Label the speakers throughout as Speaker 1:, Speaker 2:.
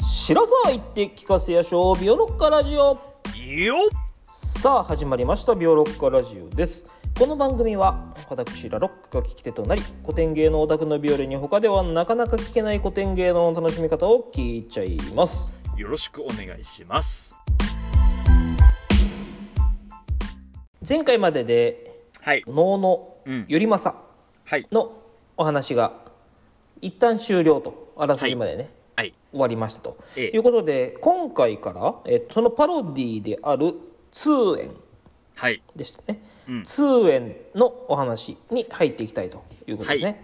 Speaker 1: 白沢行って聞かせやしょうビオロッカラジオ
Speaker 2: よ
Speaker 1: さあ始まりましたビオロッカラジオですこの番組は私ラロックが聞き手となり古典芸能オタクのビオレに他ではなかなか聞けない古典芸能の楽しみ方を聞いちゃいます
Speaker 2: よろしくお願いします
Speaker 1: 前回までで
Speaker 2: はい
Speaker 1: 能の
Speaker 2: うん
Speaker 1: 頼政
Speaker 2: はい
Speaker 1: のお話が一旦終了とあらすじまでね、
Speaker 2: はい
Speaker 1: 終わりましたと、
Speaker 2: ええ
Speaker 1: いうことで今回から、えっとそのパロディである通園
Speaker 2: はい
Speaker 1: でしたね、
Speaker 2: うん
Speaker 1: 通園のお話に入っていきたいということですね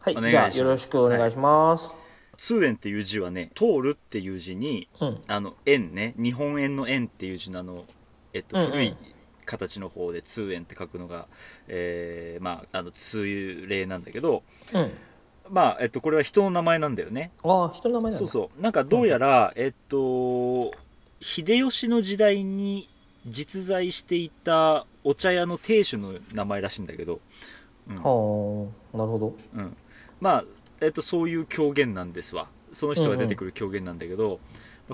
Speaker 1: はい、
Speaker 2: お願いし
Speaker 1: じゃあ
Speaker 2: ます
Speaker 1: よろしくお願いします、
Speaker 2: 通円っていう字はね通るっていう字に、
Speaker 1: うん
Speaker 2: あの円ね日本円の円っていう字のあの、えっと
Speaker 1: うんうん
Speaker 2: 古い形の方で通円って書くのが、えーまああの通例なんだけど
Speaker 1: うん
Speaker 2: まあえっとこれは人の名前なんだよね
Speaker 1: ああ人の名前なんだ
Speaker 2: そうそうなんかどうやら、えっと秀吉の時代に実在していたお茶屋の亭主の名前らしいんだけど、うん
Speaker 1: はあなるほど
Speaker 2: うん、まあ、えっと、そういう狂言なんですわその人が出てくる狂言なんだけど、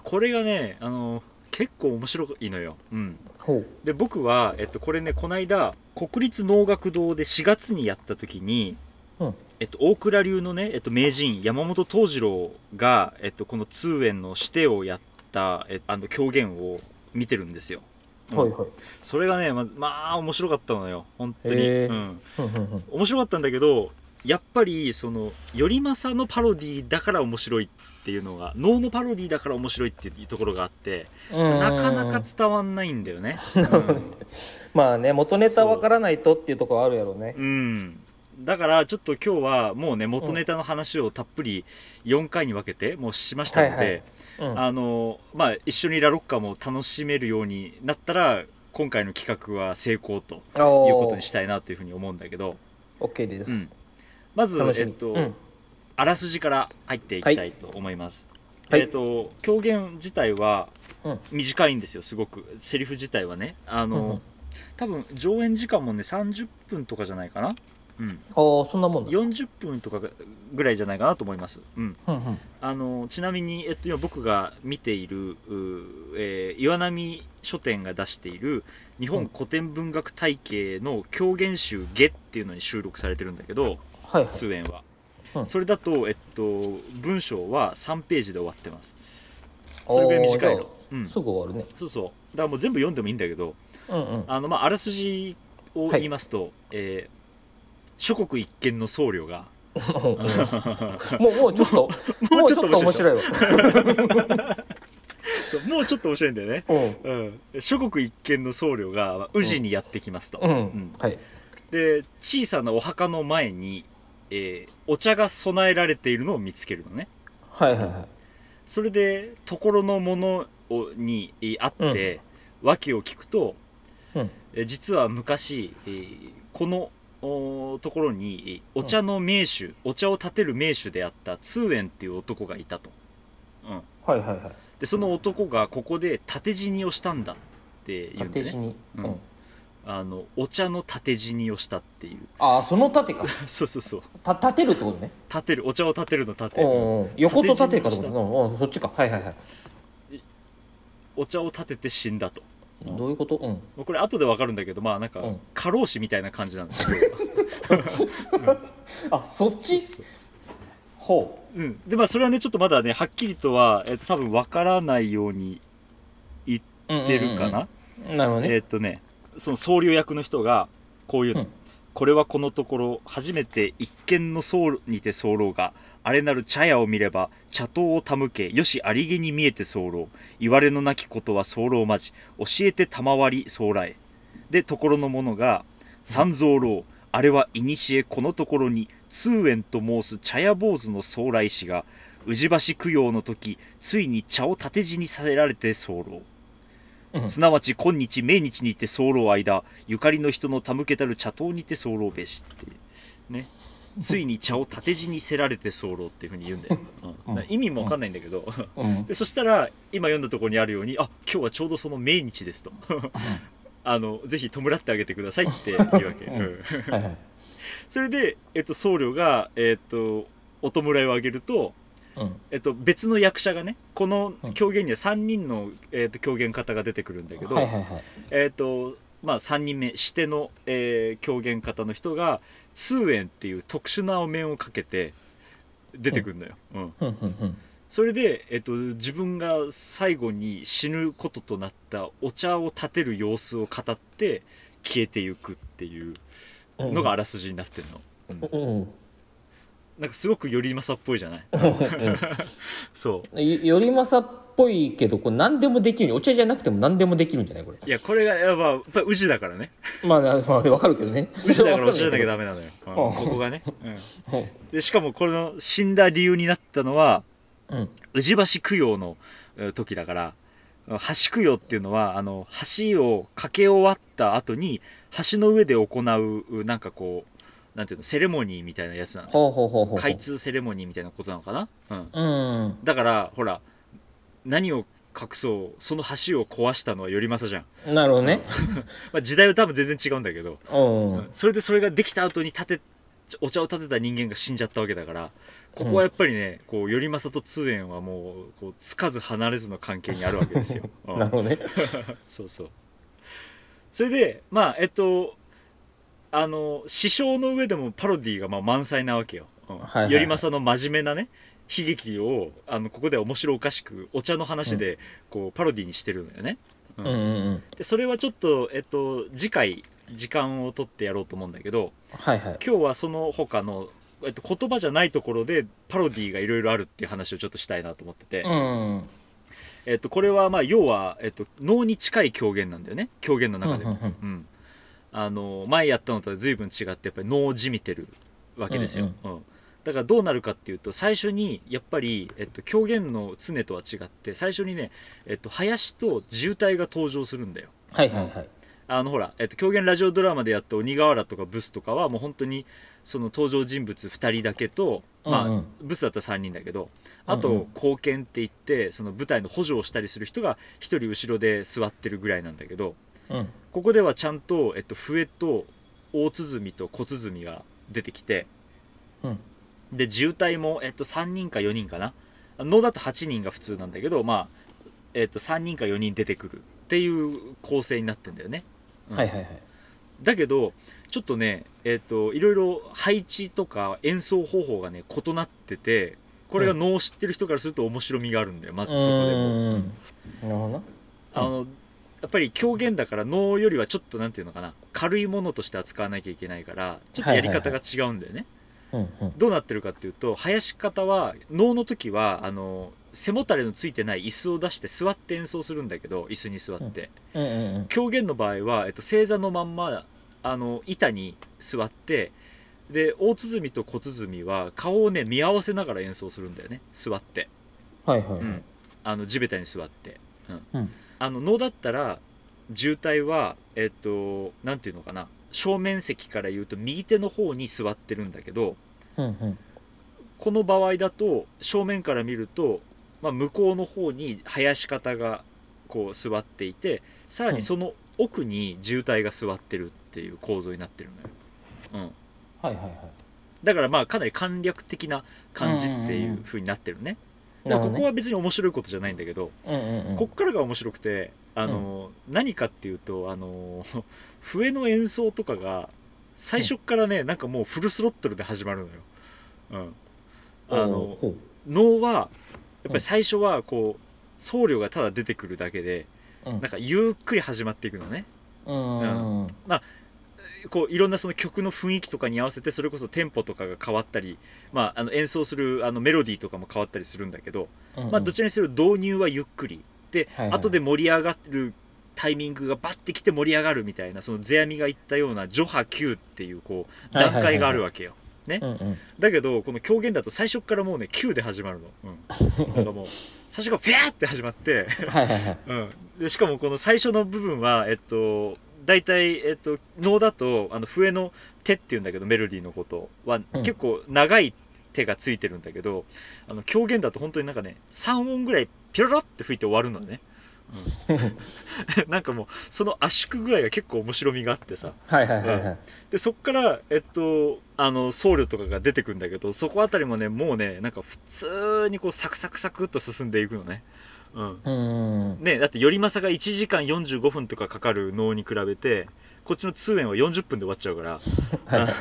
Speaker 2: これがねあの結構面白いのよ、うん、
Speaker 1: ほう
Speaker 2: で僕は、えっと、これねこの間国立能楽堂で4月にやった時に、
Speaker 1: うん
Speaker 2: えっと、大倉流のね、えっと、名人山本東次郎が、えっと、この通円の師弟をやった、えっとあの狂言を見てるんですよ、うん
Speaker 1: はいはい
Speaker 2: それがねままあ面白かったのよ本当に、
Speaker 1: へー
Speaker 2: うん、
Speaker 1: うんうんうん
Speaker 2: 面白かったんだけどやっぱりその頼政のパロディだから面白いっていうのが能のパロディだから面白いっていうところがあって
Speaker 1: うん
Speaker 2: なかなか伝わんないんだよ ね。
Speaker 1: まあね元ネタわからないとっていうところあるやろうね
Speaker 2: うん、うんだからちょっと今日はもうね元ネタの話をたっぷり4回に分けてもうしましたので、
Speaker 1: はいはいうん
Speaker 2: あのまあ、一緒にラロッカも楽しめるようになったら今回の企画は成功ということにしたいなというふうに思うんだけど
Speaker 1: OK です、
Speaker 2: まず、
Speaker 1: 楽し
Speaker 2: え
Speaker 1: み
Speaker 2: っ
Speaker 1: う
Speaker 2: と
Speaker 1: ん
Speaker 2: あらすじから入っていきたいと思います、
Speaker 1: はい
Speaker 2: えっ、と狂言自体は
Speaker 1: うん
Speaker 2: 短いんですよすごくセリフ自体はねあの、
Speaker 1: うんうん
Speaker 2: 多分上演時間もね30分とかじゃないかなうん
Speaker 1: ああそんなもんだ
Speaker 2: 40分とかぐらいじゃないかなと思います、うん、
Speaker 1: うんうん
Speaker 2: あのちなみに、えっと、今僕が見ている、うーえー岩波書店が出している日本古典文学体系の狂言集「下」っていうのに収録されてるんだけど、
Speaker 1: はいはい
Speaker 2: 通園は、
Speaker 1: うん
Speaker 2: それだと、えっと、文章は3ページで終わってますそれぐらい短い
Speaker 1: あーじゃ
Speaker 2: の
Speaker 1: あ、
Speaker 2: うん、
Speaker 1: す
Speaker 2: そ
Speaker 1: ぐ終わるね
Speaker 2: うそうだからもう全部読んでもいいんだけど
Speaker 1: うんうん
Speaker 2: あの、まあ、あらすじを言いますと、えー諸国一見の僧侶が
Speaker 1: もうもうちょっと
Speaker 2: もう
Speaker 1: もうちょっと面
Speaker 2: 面白
Speaker 1: 白いわ
Speaker 2: そうもうちょっと面白いんだよね、
Speaker 1: うん
Speaker 2: うん、諸国一見の僧侶がまあ宇治にやってきますと、
Speaker 1: う
Speaker 2: うん
Speaker 1: んはい
Speaker 2: で小さなお墓の前に、えーお茶が供えられているのを見つけるのね
Speaker 1: はいはいはい
Speaker 2: それでところのものをにえー会って、訳を聞くと
Speaker 1: うん
Speaker 2: え実は昔えーこのおところにえーお茶の名手、お茶を立てる名手であった通円っていう男がいたと、うん、
Speaker 1: はいはいはい
Speaker 2: でその男がここで縦死にをしたんだっていうんで
Speaker 1: 縦地
Speaker 2: ね
Speaker 1: に
Speaker 2: うん
Speaker 1: うん
Speaker 2: あのお茶の縦死にをしたっていう
Speaker 1: ああその縦か
Speaker 2: そうそうそう
Speaker 1: た立てるってことね
Speaker 2: 立てるお茶を立てるの立て
Speaker 1: うん
Speaker 2: る
Speaker 1: うん横と縦かと思ったうんうんそっちかはいはいはい
Speaker 2: お茶を立てて死んだとうん
Speaker 1: どういうことうん
Speaker 2: もうこれ後でわかるんだけどまあなんか
Speaker 1: うん
Speaker 2: 過労死みたいな感じなんだ けど、
Speaker 1: あそっち
Speaker 2: そう
Speaker 1: ほ
Speaker 2: うん、でまあそれはねちょっとまだねはっきりとは、えっと多分わからないように言
Speaker 1: ううんうんうん
Speaker 2: ってるかな、
Speaker 1: なるほど
Speaker 2: え
Speaker 1: ね
Speaker 2: っとねその僧侶役の人がこういうの、
Speaker 1: うん
Speaker 2: これはこのところ初めて一見の僧侶にて僧侶があれなる茶屋を見れば茶刀を手向けよしありげに見えて僧侶言われのなきことは僧侶まじ教えて賜り僧来でところの者が三蔵老あれは古このところに通円と申す茶屋坊主の僧来師が宇治橋供養の時ついに茶を縦地にさせられて僧侶
Speaker 1: うん
Speaker 2: すなわち今日命日にて候間ゆかりの人の手向けたる茶刀にて候べしってねついに茶を縦地にせられて候っていうふうに言うんだよ、うん
Speaker 1: うん
Speaker 2: 意味もわかんないんだけど、
Speaker 1: うん
Speaker 2: でそしたら今読んだところにあるようにあ今日はちょうどその命日ですと あのぜひ弔ってあげてくださいっていうわけ、
Speaker 1: うん
Speaker 2: うん
Speaker 1: はいはい
Speaker 2: それで、えっと、僧侶が、えっと、お弔いをあげると、
Speaker 1: うん
Speaker 2: えっと、別の役者がねこの狂言には3人の、えっと、狂言方が出てくるんだけど、
Speaker 1: はいはいはい
Speaker 2: えっとまあ、3人目シテの、えー狂言方の人が通円っていう特殊なお面をかけて出てくるんだよ。うん
Speaker 1: ふんふんふん
Speaker 2: それで、えっと、自分が最後に死ぬこととなったお茶を立てる様子を語って消えていくっていうのがあらすじになってるの、うん
Speaker 1: うんうん
Speaker 2: なんかすごく頼政っぽいじゃないそ
Speaker 1: うんい よりまさっぽいけどこれ何でもできるよお茶じゃなくても何でもできるんじゃないこれ
Speaker 2: ういやこれがやっぱやっぱ宇治だから ね
Speaker 1: まあなまあわかるけどね
Speaker 2: 宇 治だからお茶じゃなきゃダメなのよ、うん
Speaker 1: うん
Speaker 2: ここがね、うん
Speaker 1: うん
Speaker 2: でしかもこれの死んだ理由になったのは
Speaker 1: うん
Speaker 2: 宇治橋供養のえー時だから橋供養っていうのはあの橋を架け終わった後に橋の上で行ううなんかこうなんていうのセレモニーみたいなやつなの
Speaker 1: ほうほうほうほう
Speaker 2: 開通セレモニーみたいなことなのかな、うん、
Speaker 1: うん
Speaker 2: だからほら何を隠そうその橋を壊したのは頼政じゃん、
Speaker 1: なるほどね
Speaker 2: まあ、時代は多分全然違うんだけど、
Speaker 1: うん
Speaker 2: うんそれでそれができた後に立てお茶を立てた人間が死んじゃったわけだからここはやっぱりね、こう頼政と通円はもうこうつかず離れずの関係にあるわけですよ。う ん
Speaker 1: なるほどね
Speaker 2: そうそうそれでまあえっとあの師匠の上でもパロディーがまあ満載なわけよ、うん
Speaker 1: はいはい
Speaker 2: 頼政の真面目なね悲劇をあのここでは面白おかしくお茶の話でこうパロディーにしてるのよね。
Speaker 1: うんうんうん
Speaker 2: でそれはちょっと、えっと、次回時間を取ってやろうと思うんだけど、
Speaker 1: はいはい
Speaker 2: 今日はその他の、えっと、言葉じゃないところでパロディーがいろいろあるっていう話をちょっとしたいなと思ってて、
Speaker 1: うん
Speaker 2: えっと、これはまあ要は、えっと、脳に近い狂言なんだよね狂言の中では、
Speaker 1: うんうん
Speaker 2: うんあの前やったのとは随分違ってやっぱり脳をじみてるわけですよ、うんだからどうなるかっていうと最初にやっぱり、えっと、狂言の常とは違って最初にね、えっと、林と自由体が登場するんだよ
Speaker 1: はいはいはい
Speaker 2: あのほら、えっと、狂言ラジオドラマでやった鬼瓦とかブスとかはもう本当にその登場人物2人だけと、まあ
Speaker 1: うんうん
Speaker 2: ブスだったら3人だけどあ
Speaker 1: うんうん
Speaker 2: と貢献って言ってその舞台の補助をしたりする人が1人後ろで座ってるぐらいなんだけど
Speaker 1: うん
Speaker 2: ここではちゃんと、えっと、笛と大鼓と小鼓が出てきて
Speaker 1: うん
Speaker 2: で渋滞も、えっと、3人か4人かな能だと8人が普通なんだけど、まあえっと、3人か4人出てくるっていう構成になってんだよね。うん
Speaker 1: はいはいはい
Speaker 2: だけどちょっとねえっ、といろいろ配置とか演奏方法がね異なっててこれが能を知ってる人からすると面白みがあるんだよまずそこでも
Speaker 1: うんなるほどな
Speaker 2: あのやっぱり狂言だから能よりはちょっとなんていうのかな軽いものとして扱わなきゃいけないからちょっとやり方が違うんだよ
Speaker 1: うんう
Speaker 2: ね、
Speaker 1: ん
Speaker 2: どうなってるかっていうと林方は能の時はあの背もたれのついてない椅子を出して座って演奏するんだけど椅子に座って、
Speaker 1: うんうんうん
Speaker 2: 狂言の場合は、えっと、正座のまんまあの板に座ってで大鼓と小鼓は顔をね見合わせながら演奏するんだよね座って、
Speaker 1: はいはいはい
Speaker 2: うんあの地べたに座って、
Speaker 1: うん
Speaker 2: あの能だったら渋滞はえっとなんていうのかな正面席から言うと右手の方に座ってるんだけど
Speaker 1: うんうん
Speaker 2: この場合だと正面から見ると、まあ、向こうの方に林方がこう座っていてさら
Speaker 1: うん
Speaker 2: にその奥に渋滞が座ってるっていう構造になってるのよ、うん、
Speaker 1: はいはいはい
Speaker 2: だからまあかなり簡略的な感じっていう風になってるねだからここ
Speaker 1: は
Speaker 2: は別に面白いことじゃないんだけど
Speaker 1: うんうんうん
Speaker 2: こっからが面白くてあの、何かっていうとあの 笛の演奏とかが最初っからね、なんかもうフルスロットルで始まるのよ、うん、あの
Speaker 1: ほう
Speaker 2: 能はやっぱり最初はこう僧侶がただ出てくるだけで
Speaker 1: うん
Speaker 2: なんかゆっくり始まっていくのね
Speaker 1: うんうん
Speaker 2: こういろんなその曲の雰囲気とかに合わせてそれこそテンポとかが変わったり、まあ、あの演奏するあのメロディーとかも変わったりするんだけど、
Speaker 1: うん
Speaker 2: まあ、どちらにせよ導入はゆっくりで、
Speaker 1: はいはい
Speaker 2: 後で盛り上がるタイミングがバッてきて盛り上がるみたいなその世阿弥が言ったような序波級っていうこう
Speaker 1: はいは
Speaker 2: 段
Speaker 1: いはいはい
Speaker 2: 階があるわけよ。
Speaker 1: うんうん
Speaker 2: だけどこの狂言だと最初からもうね9で始まるの、 うん、なんかもう最初からピャーって始まって、
Speaker 1: はいはいはい
Speaker 2: うん、でしかもこの最初の部分はえっと大体、えっと、能だとあの笛の手っていうんだけどメロディーのことは
Speaker 1: うん
Speaker 2: 結構長い手がついてるんだけど、あの狂言だと本当になんかね3音ぐらいピロロって吹いて終わるのね、 なん かもうその圧縮具合が結構面白みがあってさ
Speaker 1: はいはいはいはい。
Speaker 2: でそっから、えっと、あの僧侶とかが出てくんだけどそこあたりもねもうねなんか普通にこうサクサクサクっと進んでいくのね。うん
Speaker 1: うーん。
Speaker 2: ね、だって頼政が1時間45分とかかかる能に比べてこっちの通円は40分で終わっちゃうか
Speaker 1: は
Speaker 2: ら、
Speaker 1: いはい。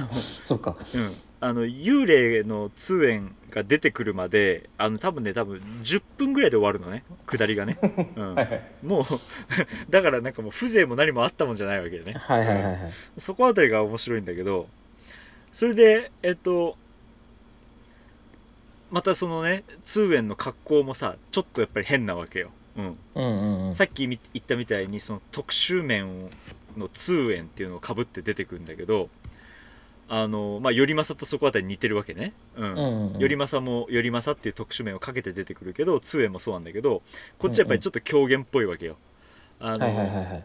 Speaker 1: そっか。
Speaker 2: うん、あの幽霊の通円が出てくるまであの多分ね多分10分ぐらいで終わるのね下りがね、う ん
Speaker 1: はいはい
Speaker 2: もう だからなんかもう風情も何もあったもんじゃないわけでね
Speaker 1: はいはいはいはい。
Speaker 2: そこあたりが面白いんだけどそれでえっとまたそのね通円の格好もさちょっとやっぱり変なわけよ、うん、
Speaker 1: うんうんうん。
Speaker 2: さっきみ言ったみたいにその特集面の通円っていうのをかぶって出てくるんだけどあのまあ頼政とそこあたり似てるわけね、うん
Speaker 1: うんうんうん
Speaker 2: 頼政も頼政っていう特殊面をかけて出てくるけど通円もそうなんだけどこっちはやっぱりちょっと狂言っぽいわけよ。あの
Speaker 1: はいはいはいはい。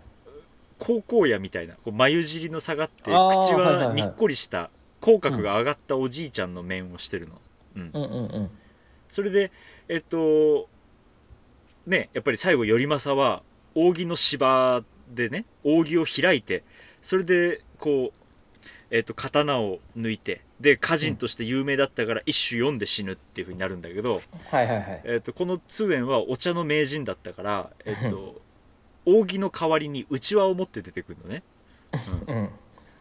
Speaker 2: 高校やみたいなこう眉尻の下がって
Speaker 1: あ
Speaker 2: 口
Speaker 1: ーはいはい
Speaker 2: は
Speaker 1: はい
Speaker 2: にっこりした口角が上がったおじいちゃんの面をしてるの。うん
Speaker 1: うんうんうん。
Speaker 2: それでえっとねやっぱり最後頼政は扇の芝でね扇を開いてそれでこう、えっと、刀を抜いてで歌人として有名だったから一首読んで死ぬっていうふうになるんだけど、
Speaker 1: はいはいはい。
Speaker 2: えっと、この通円はお茶の名人だったから、えっと、扇の代わりにうちわを持って出てくるのね。
Speaker 1: うん。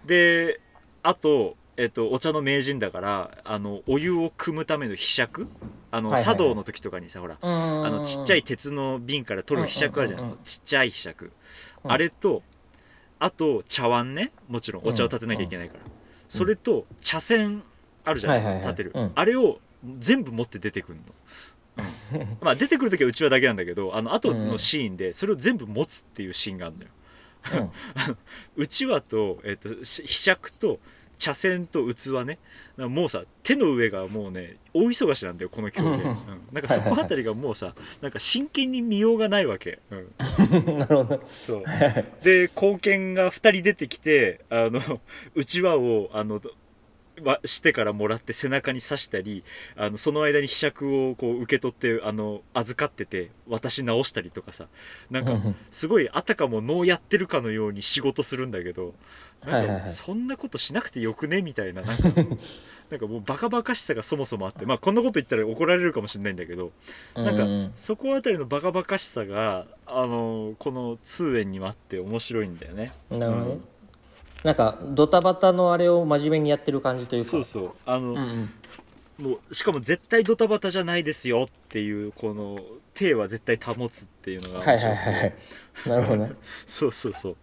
Speaker 2: であと、えっと、お茶の名人だからあのお湯を汲むための秘釈あの、
Speaker 1: はいはいはい
Speaker 2: 茶道の時とかにさほらあ
Speaker 1: あ
Speaker 2: のちっちゃい鉄の瓶から取る秘釈あるじゃん,、
Speaker 1: うんうんうんうん
Speaker 2: ちっちゃい秘釈、
Speaker 1: うん
Speaker 2: あれとあと茶碗ねもちろんお茶を立てなきゃいけないから、それと茶筅あるじゃん、
Speaker 1: はいはいはい
Speaker 2: 立てる、
Speaker 1: うん
Speaker 2: あれを全部持って出てくるの、うんまあ出てくる時はうちわだけなんだけどあの後のシーンでそれを全部持つっていうシーンがあるのよ
Speaker 1: うん
Speaker 2: うちわと,、えっとしひしゃくと茶筅と器ねなんかもうさ手の上がもうね大忙しなんだよこの競技、
Speaker 1: うん
Speaker 2: うんなんかそこあたりがもうさなんか真剣に見ようがないわけ、う ん、
Speaker 1: なるほど。
Speaker 2: そう で貢献が2人出てきてあのうちわをあのわしてからもらって背中に刺したりあのその間にひしゃくをこう受け取ってあの預かってて私直したりとかさなんか
Speaker 1: うん
Speaker 2: すごいあたかも能やってるかのように仕事するんだけど
Speaker 1: は
Speaker 2: な
Speaker 1: はい
Speaker 2: いん
Speaker 1: は
Speaker 2: か
Speaker 1: い
Speaker 2: そんなことしなくてよくねみたいななんかなんかもうバカバカしさがそもそもあってまあこんなこと言ったら怒られるかもしれないんだけどな
Speaker 1: うんん
Speaker 2: かそこあたりのバカバカしさがあのこの通園にもあって面白いんだよね。
Speaker 1: うん。なるほど
Speaker 2: う
Speaker 1: ね
Speaker 2: ん。
Speaker 1: なんかドタバタのあれを真面目にやってる感じというか。
Speaker 2: そうそうあの、
Speaker 1: うんうん。
Speaker 2: もうしかも絶対ドタバタじゃないですよっていうこの体は絶対保つっていうのが面
Speaker 1: は
Speaker 2: 白
Speaker 1: いはいはいはい。 なるほどね。
Speaker 2: そうそうそう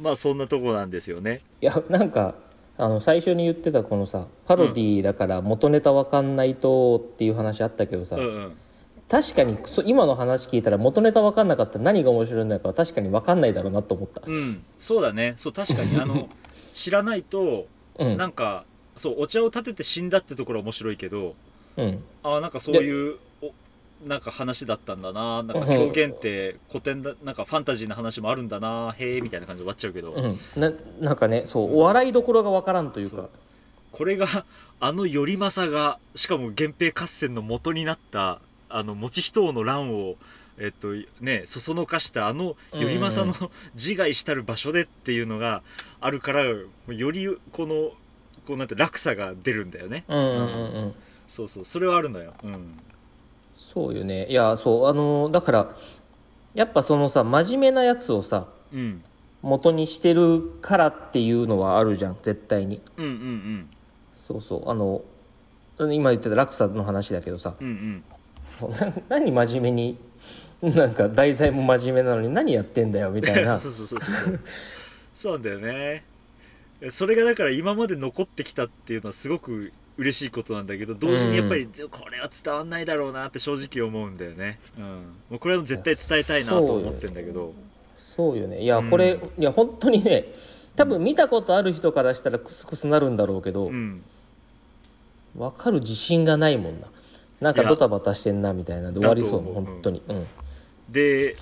Speaker 2: まあそんなとこなんですよね
Speaker 1: いやなんかあの最初に言ってたこのさパロディだから元ネタわかんないとっていう話あったけどさ、
Speaker 2: うんうん
Speaker 1: 確かにそ今の話聞いたら元ネタわかんなかったら何が面白いんだかは確かにわかんないだろうなと思った
Speaker 2: うん、そうだねそう確かに あの知らないと、
Speaker 1: うん
Speaker 2: なんかそうお茶を立てて死んだってところは面白いけど
Speaker 1: うん
Speaker 2: ああなんかそういうおなんか話だったんだななんか狂言って古典だなんかファンタジーな話もあるんだなへえみたいな感じで終わっちゃうけど、
Speaker 1: うんななんかねそうお笑いどころがわからんというか
Speaker 2: これがあの頼政がしかも源平合戦の元になったあの持ち人王の乱をえっとねそそのかしたあの頼政の 自害したる場所でっていうのがあるからよりこのこうなんて落差が出るんだよね、
Speaker 1: うんうんうんうん
Speaker 2: そうそうそれはあるのよ、うん、
Speaker 1: そうよねいやそうあのだからやっぱそのさ真面目なやつをさ
Speaker 2: うん
Speaker 1: 元にしてるからっていうのはあるじゃん絶対に
Speaker 2: うんうん
Speaker 1: そうそうあの今言ってた落差の話だけどさ、
Speaker 2: うんうんうん
Speaker 1: もうな何真面目になんか題材も真面目なのに何やってんだよみたいな
Speaker 2: そうそうそうそうそうそうなんだよねそれがだから今まで残ってきたっていうのはすごく嬉しいことなんだけど同時にやっぱりこれは伝わんないだろうなって正直思うんだよね、うん、もうこれは絶対伝えたいなと思ってんだけど
Speaker 1: そうよねいやこれ、いや本当にね多分見たことある人からしたらクスクスなるんだろうけど、
Speaker 2: うん
Speaker 1: 分かる自信がないもんななんか
Speaker 2: いや
Speaker 1: ドタバタしてんなみたいなんで終わりそう
Speaker 2: だと思う
Speaker 1: 本当にうん
Speaker 2: で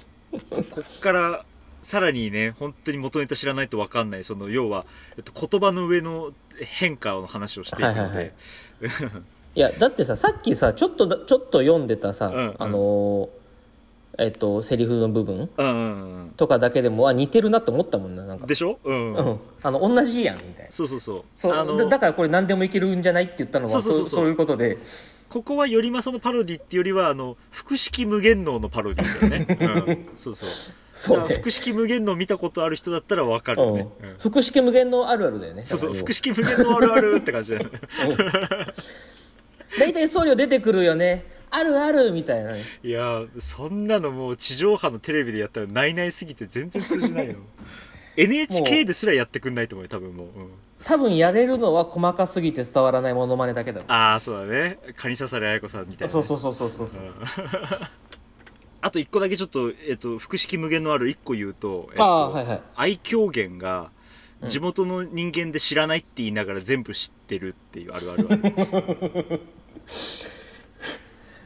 Speaker 2: こっからさらにね本当に元ネタ知らないと分かんないその要は、えっと、言葉の上の変化の話をしていくので、
Speaker 1: はいはいはいいやだってささっきさちょっとだちょっと読んでたさ、
Speaker 2: うんうん
Speaker 1: あのーえっとセリフの部分
Speaker 2: うんうん
Speaker 1: とかだけでもあ似てるなと思ったもんななん
Speaker 2: うん
Speaker 1: か
Speaker 2: でしょうん、
Speaker 1: うんあの同じやんみたいな
Speaker 2: そうそうそう
Speaker 1: そう
Speaker 2: あの
Speaker 1: だだからこれ何でもいけるんじゃないって言ったのは
Speaker 2: そ
Speaker 1: そうう
Speaker 2: そうそうそう
Speaker 1: そういうことで
Speaker 2: ここは頼政のパロディっていうよりはあの複式無限能のパロディだよね、うん、そうそう
Speaker 1: そう
Speaker 2: だから
Speaker 1: ね
Speaker 2: 複式無限能見たことある人だったらわかるよ
Speaker 1: う
Speaker 2: ね、うん
Speaker 1: ん、複式無限のあるあるだよね
Speaker 2: そうそ
Speaker 1: だ
Speaker 2: う複
Speaker 1: から
Speaker 2: 式無限能あるあるって感じだよね
Speaker 1: 大体僧侶出てくるよねあるあるみたいなね
Speaker 2: いやーそんなのもう地上波のテレビでやったらないないすぎて全然通じないよ NHK ですらやってくんないと思うよ多分もう、うん
Speaker 1: 多分やれるのは細かすぎて伝わらないモノマネだけだろ
Speaker 2: ああそうだねカニ刺され綾子さんみたいなね、
Speaker 1: そうそうそうそうそうそう
Speaker 2: あと一個だけちょっと、えっと、複式無限のある一個言うと、えっと
Speaker 1: ああはいはい
Speaker 2: 愛狂言が地元の人間で知らないって言いながら全部知ってるっていうあるあるあ る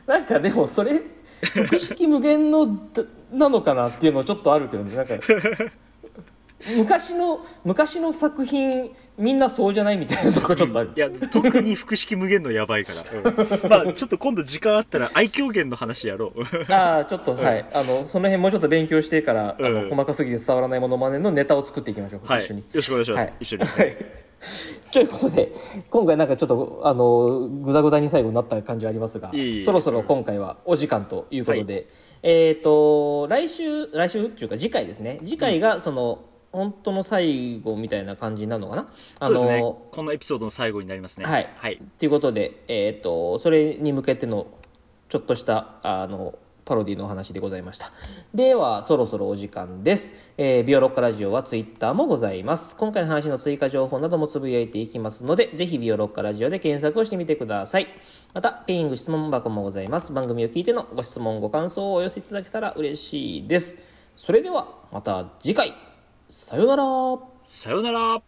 Speaker 1: なんかでもそれ複式無限のだなのかなっていうのちょっとあるけどねなんか昔の昔の作品みんなそうじゃないみたいなとこちょっとある、
Speaker 2: いや特に複式無限のやばいから、うんまあちょっと今度時間あったら愛狂言の話やろう
Speaker 1: ああちょっと、はいあのその辺もうちょっと勉強してから、あ
Speaker 2: うん
Speaker 1: の細かすぎて伝わらないものまねのネタを作っていきましょう、
Speaker 2: はい
Speaker 1: 一緒に
Speaker 2: よろしくお願いします、
Speaker 1: はい
Speaker 2: 一緒に
Speaker 1: はいということで今回なんかちょっとあのグダグダに最後になった感じはありますが
Speaker 2: いえいえ
Speaker 1: そろそろ今回はお時間ということで、えっ、と来週来週っていうか次回ですね次回がその、本当の最後みたいな感じになるのかな
Speaker 2: そうですね
Speaker 1: あの
Speaker 2: このエピソードの最後になりますね
Speaker 1: はい
Speaker 2: はい、
Speaker 1: ということで、えー、とそれに向けてのちょっとしたあのパロディのお話でございましたではそろそろお時間です、えー、ビオロッカラジオはツイッターもございます今回の話の追加情報などもつぶやいていきますのでぜひビオロッカラジオで検索をしてみてくださいまたペイング質問箱もございます番組を聞いてのご質問ご感想をお寄せいただけたら嬉しいですそれではまた次回さようなら
Speaker 2: さようなら